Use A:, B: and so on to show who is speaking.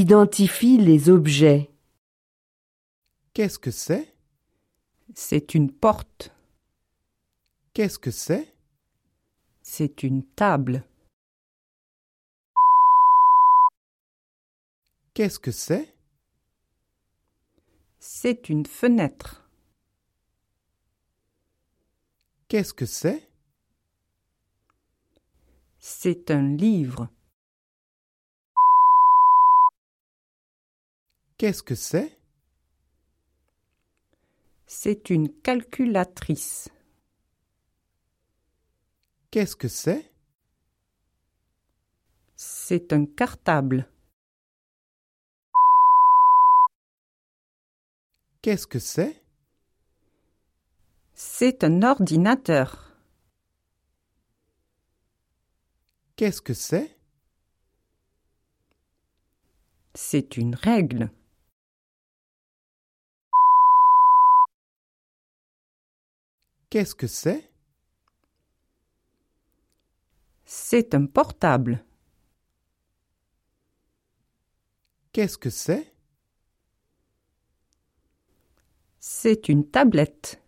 A: Identifie les objets.
B: Qu'est-ce que c'est
C: C'est une porte.
B: Qu'est-ce que c'est
C: C'est une table.
B: Qu'est-ce que c'est
C: C'est une fenêtre.
B: Qu'est-ce que c'est
C: C'est un livre.
B: Qu'est-ce que c'est
C: C'est une calculatrice.
B: Qu'est-ce que c'est
C: C'est un cartable.
B: Qu'est-ce que c'est
C: C'est un ordinateur.
B: Qu'est-ce que c'est
C: C'est une règle.
B: Qu'est-ce que c'est
C: C'est un portable.
B: Qu'est-ce que c'est
C: C'est une tablette.